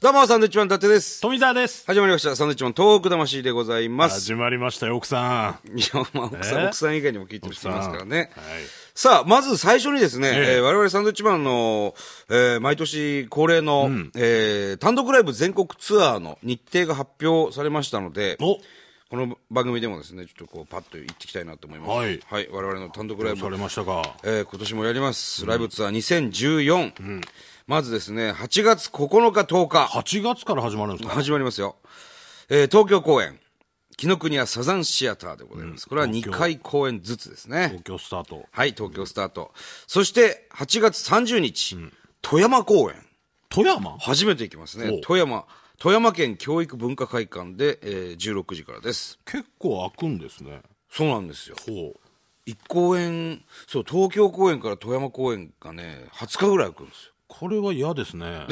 どうも、サンドウィッチマン伊達です。富澤です。始まりました。サンドウィッチマン東北魂でございます。始まりましたよ、奥さん。いや、まあ、奥さえん、奥さん以外にも聞いてる人いますからね奥さんはい。さあ、まず最初にですね、ええーえ我々サンドウィッチマンの、えー毎年恒例の、えー単独ライブ全国ツアーの日程が発表されましたので、おこの番組でもですね、ちょっとこう、パッと行ってきたいなと思います。はい我々の単独ライブされましたか。えー今年もやります。ライブツアー2014。まずですね、8月9日10日、 8月から始まるんですか始まりますよ。えー東京公演、紀ノ国屋サザンシアターでございます。これは2回公演ずつですね東。京スタート。はい、東京スタート。そして、8月30日、富山公演。富山初めて行きますねお。富山、富山県教育文化会館で、えー16時からです。結構開くんですね。そうなんですよ。ほう。 1公演、そう、東京公演から富山公演がね、20日ぐらい空くんですよ。これは嫌で すね。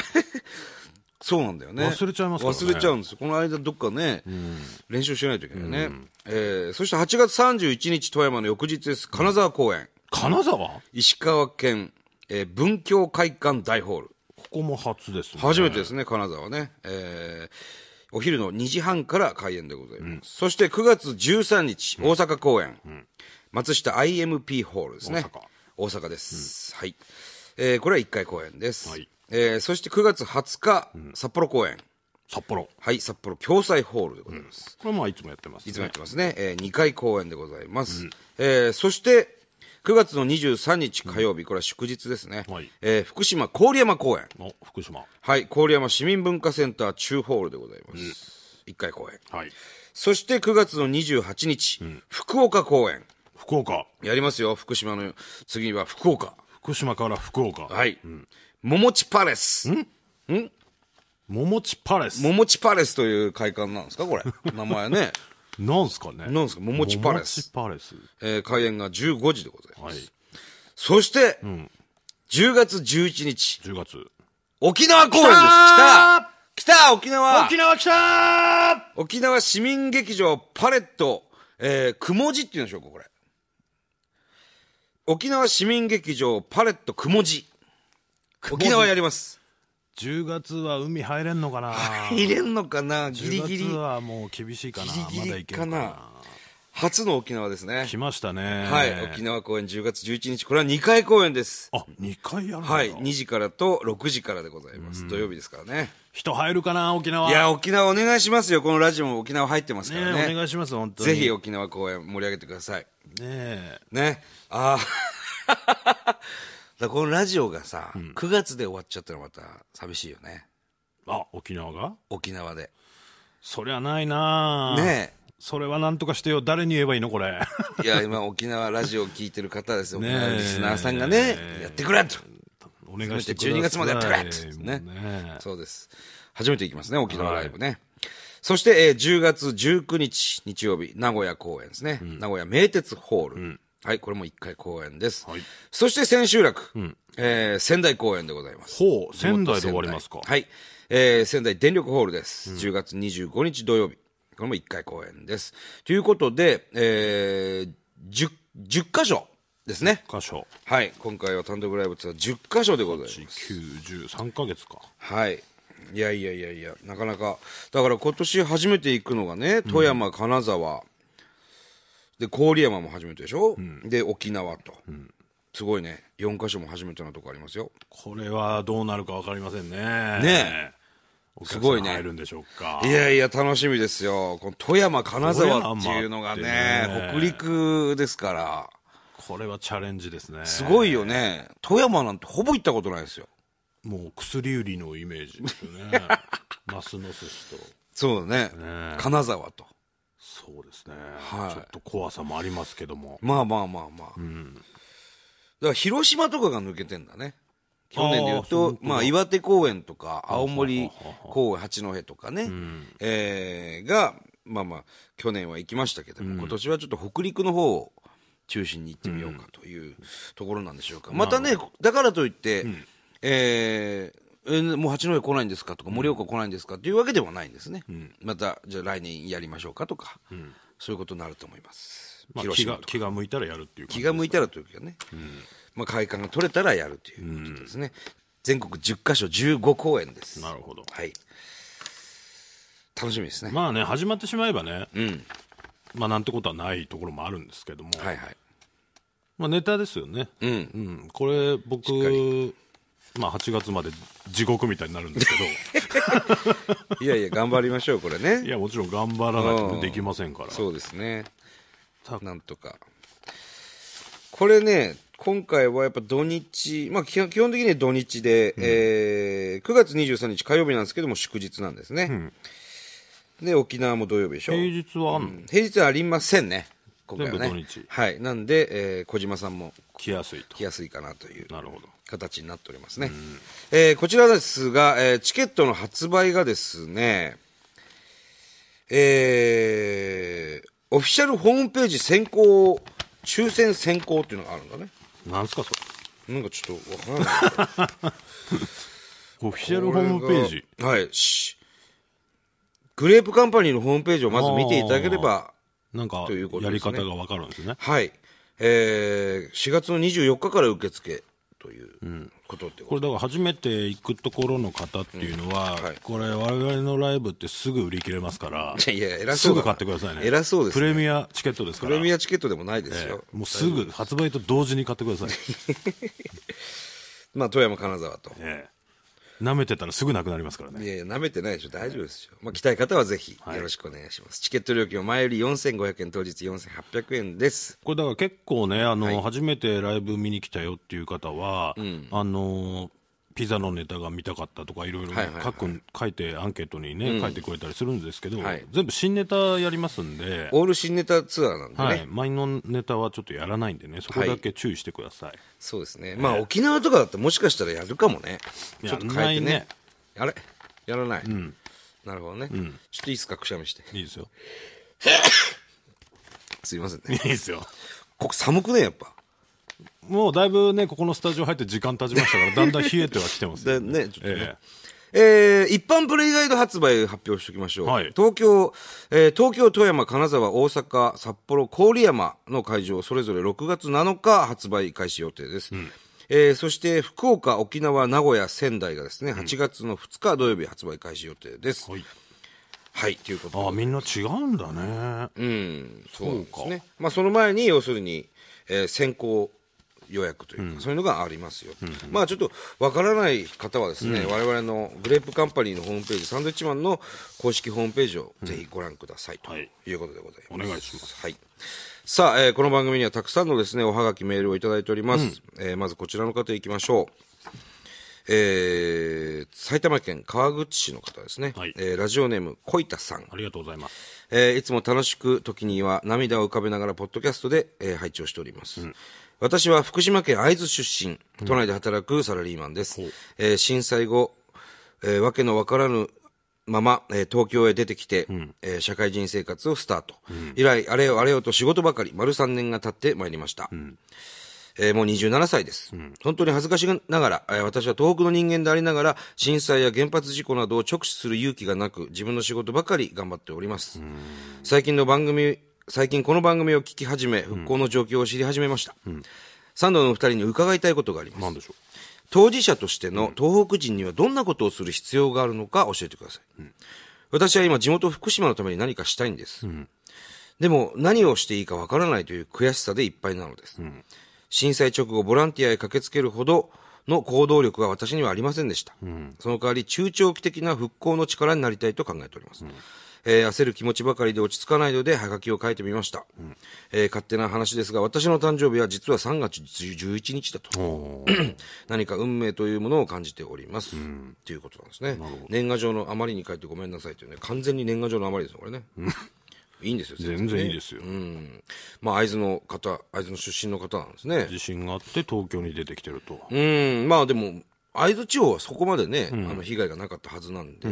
そうなんだよね。忘れちゃいますからね忘れちゃうんですよ。この間どっかね、練習しないといけないね。えーそして8月31日富山の翌日です。金沢公演。金沢こ石川県、えー文教会館大ホール。こも初ですね。初めてですね、金沢ね。えーお昼の2時半から開演でございます。そして9月13日、大阪公演。松下 IMP ホールですね。大阪です。はい。えーこれは1回公演です。はいえーそして9月20日、札幌公演。札幌。はい、札幌共済ホールでございます。これはまあいつもやってます、ね。いつもやってますね。えー、2回公演でございます。えーそして、9月の23日火曜日、これは祝日ですね。はいえー福島郡山公演。お、福島。はい、郡山市民文化センター中ホールでございます。1回公演。はい。そして9月の28日、福岡公演。福岡。やりますよ、福島の次は福岡。福島から福岡。はい。桃地パレス。桃地パレス。桃地パレスという会館なんですか、これ。名前 ね。なんすかねなんすか桃地パレス桃地パレス。えー開演が15時でございます。はい。そして、10月11日、 10月。沖縄公演です。来た来た来た沖縄沖縄来たー沖縄市民劇場パレット、えー、くもじっていうんでしょうか、これ。沖縄市民劇場パレットくもじ。沖縄やります。 10月は海入れんのかな入れんのかな ギリギ10月リ。はもう厳しいかなギリギまだリいけかるかなな初の沖縄ですね。来ましたねはい。沖縄公演10月11日。これは2回公演です。あ2回やるのはい。2時からと6時からでございます。土曜日ですからね。人入るかな沖縄いや、沖縄お願いしますよ。このラジオも沖縄入ってますからねね。えお願いします本当にぜひ沖縄公演盛り上げてください。ねえね。あ あ。だからこのラジオがさ、9月で終わっちゃったのまた寂しいよね。あ沖縄が沖縄で。そりゃないなねえ。それはなんとかしてよ誰に言えばいいのこれ いや、今沖縄ラジオ聞いてる方ですよ。沖ねえ縄リスナーさんがね、やってくれと。お願いしてください12月までやってくれっつってねもうねそうです。初めて行きますね、沖縄ライブね。そして、えー10月19日、日曜日、名古屋公演ですね。名古屋名鉄ホール。はい、これも1回公演です。はいそして、千秋楽、えー仙台公演でございます。ほう仙台で終わりますかはい。えー仙台電力ホールです。10月25日土曜日。これも1回公演です。ということで、えー、10、10箇所ですね。箇所はい。今回は単独ライブツアー10箇所でございます。 913ヶ月かはい。いやいやいやいや、なかなか。だから今年初めて行くのがね、富山、金沢、で、郡山も初めてでしょ、で、沖縄と。すごいね、4カ所も初めてのとこありますよ。これはどうなるか分かりませんねねお客さんすごいね入るんでしょうかいやいや、楽しみですよ。この富山、金沢っていうのがね、富山って北陸ですから、これはチャレンジですねすごいよね。富山なんてほぼ行ったことないですよ。もう薬売りのイメージですよ ねマスの寿司とそうだね。ね金沢と。そうですね、はいちょっと怖さもありますけどもまあまあまあまあ。だから広島とかが抜けてんだね。去年で言うあーそういうとこ、とだまあ岩手公園とか青森はあはあはあ公園八戸とかね、えーが、まあまあ去年は行きましたけども、今年はちょっと北陸の方を中心に行ってみようかというところなんでしょうか。またね、だからといって、えーえーもう八戸来ないんですかとか、盛岡来ないんですかというわけではないんですね。また、じゃあ来年やりましょうかとか、そういうことになると思います。まあ、広気島が気が向いたらやるっていう感気じが向いたらというかね、まあ、快感が取れたらやるということですね。全国10カ所15公演です。なるほど。はい。楽しみですね。まあね、始まってしまえばね、うん。まあなんてことはないところもあるんですけども、はいはい。まあネタですよね。うん。うん、これ僕っか、まあ8月まで地獄みたいになるんですけど、いやいや、頑張りましょう、これ いね。やもちろん頑張らないとできませんから。そうですねた。なんとか。これね、今回はやっぱ土日、まあ基本基本的には土日で、えー、9月23日火曜日なんですけども祝日なんですね。で、沖縄も土曜日でしょ。平日はあんの、平日はありませんね。今回はね。全部土日はい。なんで、えー小島さんも来やすいと来。やすいかなというなるほど。形になっておりますね。えーこちらですが、えーチケットの発売がですね、えーオフィシャルホームページ先行、抽選先行っていうのがあるんだね。なんすかそれ。なんかちょっとわからない。オフィシャルホームページ。これがはい。しグレープカンパニーのホームページをまず見ていただければ、なんかということやでりすね方がわかるんですね。はい。えー、4月の24日から受付ということってこと、これだから初めて行くところの方っていうのは、はいこれ我々のライブってすぐ売り切れますから、いやいや偉すそうだなぐ買ってくださいね。偉そうですねプレミアチケットですかプら。レミアチケットでもないですよ。もうすぐ発売と同時に買ってください。まあ、富山、金沢と。ええ舐めてたらすぐなくなりますからいね。やいや、舐めてないでしょ。大丈夫ですよ。まあ、来たい方はぜひ、よろしくお願いします。チケット料金は前より4500円、当日4800円です。これだから結構ね、あの、初めてライブ見に来たよっていう方は、あの、ピザのネタが見たかったとかいろいろはいはいはい書く書いてアンケートにね、書いてくれたりするんですけど、はい全部新ネタやりますんで、オール新ネタツアーなんでね。はい、前のネタはちょっとやらないんでね、そこだけ注意してください。そうですね。まあ、沖縄とかだってもしかしたらやるかもね。ちやょっと変えてね。ないねあれやらない。なるほどね。ちょっといいですか、くしゃみして。い、いですよ。すいませんいね。いですよ。ここ寒くね、やっぱ。もうだいぶね、ここのスタジオ入って時間経ちましたから、だんだん冷えてはきてますだ よね、ちょっとね。えええー一般プレイガイド発売発表しておきましょう。はい東京、えー東京、富山、金沢、大阪、札幌、郡山の会場、それぞれ6月7日発売開始予定です。えーそして、福岡、沖縄、名古屋、仙台がですね、8月の2日土曜日発売開始予定です。はいはい、ということああ、みんな違うんだね。で。うん、そうなんですね。まあ、その前に、要するに、えー先行予約というか、そういうのがありますよ。まあ、ちょっと、わからない方はですね、我々のグレープカンパニーのホームページ、サンドウィッチマンの公式ホームページをぜひご覧くださいとはいいうことでございます。お願いします。はい。さあ、えーこの番組にはたくさんのですね、おはがきメールをいただいております。えーまずこちらの方行きましょう。えー埼玉県川口市の方ですね。はいえーラジオネーム、こいたさん。ありがとうございます。えーいつも楽しく時には涙を浮かべながらポッドキャストで、えー拝聴しております、私は福島県会津出身都内で働くサラリーマンです、えー震災後、えーわけのわからぬまま、えー東京へ出てきて、えー社会人生活をスタート、以来あれよあれよと仕事ばかり丸3年が経ってまいりました、えーもう27歳です、本当に恥ずかしながら、えー私は東北の人間でありながら、震災や原発事故などを直視する勇気がなく、自分の仕事ばかり頑張っております。最近の番組、最近この番組を聞き始め、復興の状況を知り始めました。サンドのお二人に伺いたいことがあります。なんでしょ当事者としての東北人にはどんなことをする必要があるのか教えてください。私は今地元福島のために何かしたいんです。でも何をしていいかわからないという悔しさでいっぱいなのです。震災直後ボランティアへ駆けつけるほどの行動力は私にはありませんでした。その代わり中長期的な復興の力になりたいと考えております。えー焦る気持ちばかりで落ち着かないので、ハガキを書いてみました、えー勝手な話ですが、私の誕生日は実は3月11日だと。う。おー 何か運命というものを感じております。ということなんですね。年賀状の余りに書いてごめんなさいというね、完全に年賀状の余りですよ、これね。いいんですよ、。全然いいですすよ。うん。まあ、会津の方、会津の出身の方なんですね。地震があって東京に出てきてると。うん、まあでも、会津地方はそこまでね、あの被害がなかったはずなんで、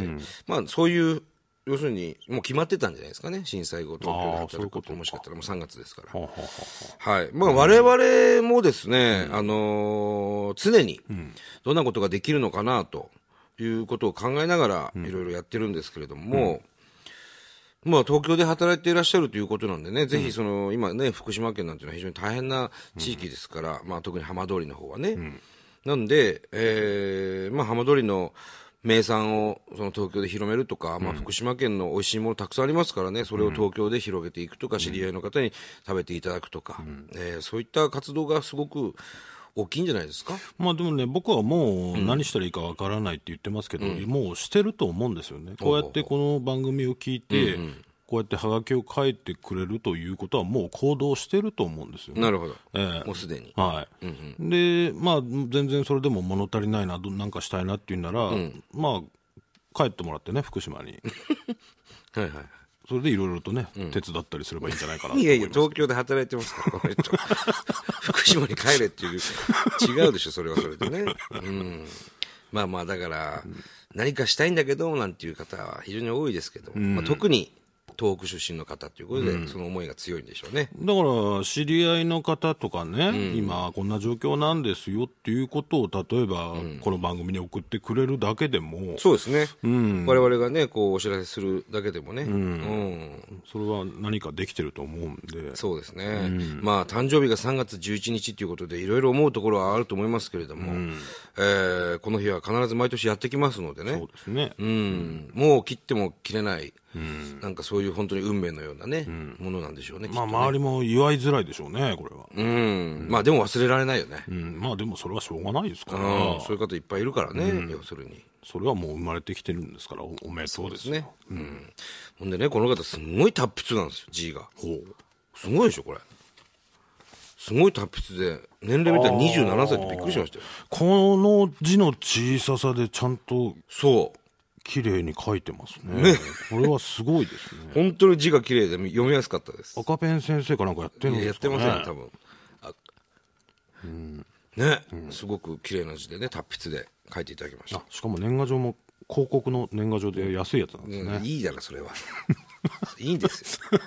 まあそういう、要するに、もう決まってたんじゃないですかね、震災後、東京であーそ働ういうくこことと、もしかしたらもう3月ですから。はあはあははい。まあ、我々もですね、あのー常に、どんなことができるのかな、ということを考えながら、いろいろやってるんですけれども、まあ、東京で働いていらっしゃるということなんでね、ぜひ、その、今ね、福島県なんていうのは非常に大変な地域ですから、まあ、特に浜通りの方はね、なんで、えーまあ、浜通りの名産をその東京で広めるとか、まあ、福島県の美味しいものたくさんありますからね、それを東京で広げていくとか、知り合いの方に食べていただくとか、えーそういった活動がすごく大きいんじゃないですか。まあでもね、僕はもう何したらいいかわからないって言ってますけど、もうしてると思うんですよね。こうやってこの番組を聞いて、こうやってハガキを書いてくれるということは、もう行動してると思うんですよね。なるほど。ええもうすでに。はいで、まあ、全然それでも物足りないな、どなんかしたいなっていうなら、まあ、帰ってもらってね、福島に、はいはい。それでいろいろとね、手伝ったりすればいいんじゃないかなといやい思や、います東京で働いてますから、この人 福島に帰れっていう、違うでしょ、それはそれでね。うん。まあまあ、だから、何かしたいんだけど、なんていう方は非常に多いですけど、まあ、特に東北出身の方ということで、その思いが強いんでしょうね。だから、知り合いの方とかね、今、こんな状況なんですよっていうことを、例えば、この番組に送ってくれるだけでも、そうですね。我々がね、こう、お知らせするだけでもね。うんそれは何かできてると思うんで、そうですね、まあ誕生日が3月11日ということで、いろいろ思うところはあると思いますけれども、えーこの日は必ず毎年やってきますのでね、そうですね。うん、もう切っても切れない、なんかそういう本当に運命のようなね、ものなんでしょうね、まあ、きっ周りも祝いづらいでしょうね、これは。とうん、まあでも忘れられないよね、うん、まあ、でもそれはしょうがないですかうら、ん、そういう方いっぱいいるからね、要するに。それはもう生まれてきてるんですから、おおめでとうですよね、うん、ほんでね、この方、すんごい達筆なんですよ、G が。ほうすごいでしょ、これ。すごい達筆で、年齢見たら27歳ってびっくりしましたよ。この字の小ささでちゃんとそう。綺麗に書いてますね。これはすごいです ね。本当に字が綺麗で読みやすかったです。赤ペン先生かなんかやってるんいやでやっすかてね。ませんね、多分。あね、すごく綺麗な字でね、達筆で書いていただきました。あしかも年賀状も広告の年賀状で安いやつなんですね。うんいいだろ、それ は。いいんですよ。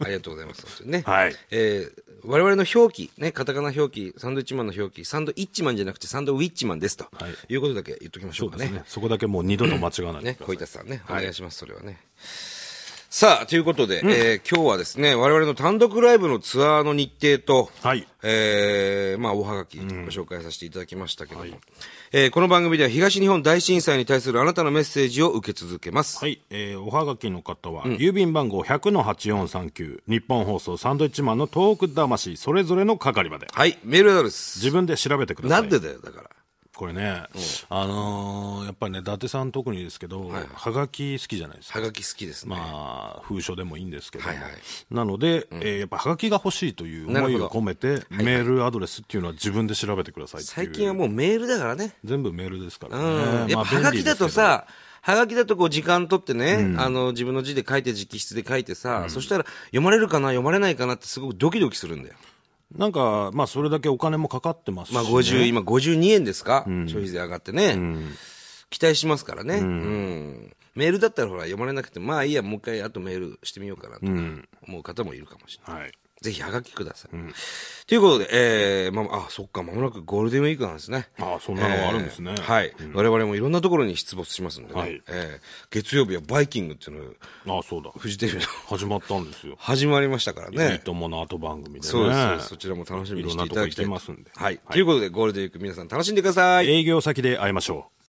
ありがとうございます。本当にね。はいえー我々の表記、ね、カタカナ表記、サンドイッチマンの表記、サンドイッチマンじゃなくてサンドウィッチマンですと、、はいうことだけ言っときましょそううかでね。すねね。そこだけもう二度と間違わないでくださ小い。板さんね、お願いします、それはね。さあ、ということで、えー今日はですね、我々の単独ライブのツアーの日程と、はいえーまあ、おはがきご紹介させていただきましたけども、えーこの番組では東日本大震災に対するあなたのメッセージを受け続けます。はい、えーおはがきの方は、郵便番号100-8439、日本放送サンドイッチマンのトーク魂、それぞれの係まで。はい、メールアドレス。自分で調べてくださ。ないんでだよ、だから。これね、あのーやっぱりね、伊達さん特にですけど、はがき好きじゃないですか。はがき好きですね。まあ、封書でもいいんですけども、はいはいなので、えーやっぱはがきが欲しいという思いを込めて、メールアドレスっていうのは自分で調べてくださいっていう最近はもうメールだからね。全部メールですからうん。ね。やまっぱあはがきだと、便利ですさ、はがきだとこう時間取ってね、あの、自分の字で書いて直筆で書いてさ、そしたら読まれるかな、読まれないかなってすごくドキドキするんだよ。けどなんか、まあ、それだけお金もかかってますし、ね。まあ50、今52円ですか、消費税上がってね、期待しますからね。うんメールだったらほら読まれなくて、まあいいや、もう一回あとメールしてみようかなと思う方もいるかもしれない。はい。ぜひはがきください。ということで、えー、まあ、あ、そっか、まもなくゴールデンウィークなんですね。ああそんなのがあるんですねえーはい。我々もいろんなところに出没しますんでね。はいえー月曜日はバイキングっていうの、ああ、そうだ。フジテレビの 始まったんですよ。始まりましたからね、いいね。ともの後番組でね。そうですそうです。そちらも楽しみにしていただきたいいろんなとこ行ってますんではい。ということで、ゴールデンウィーク皆さん楽しんでください。営業先で会いましょう。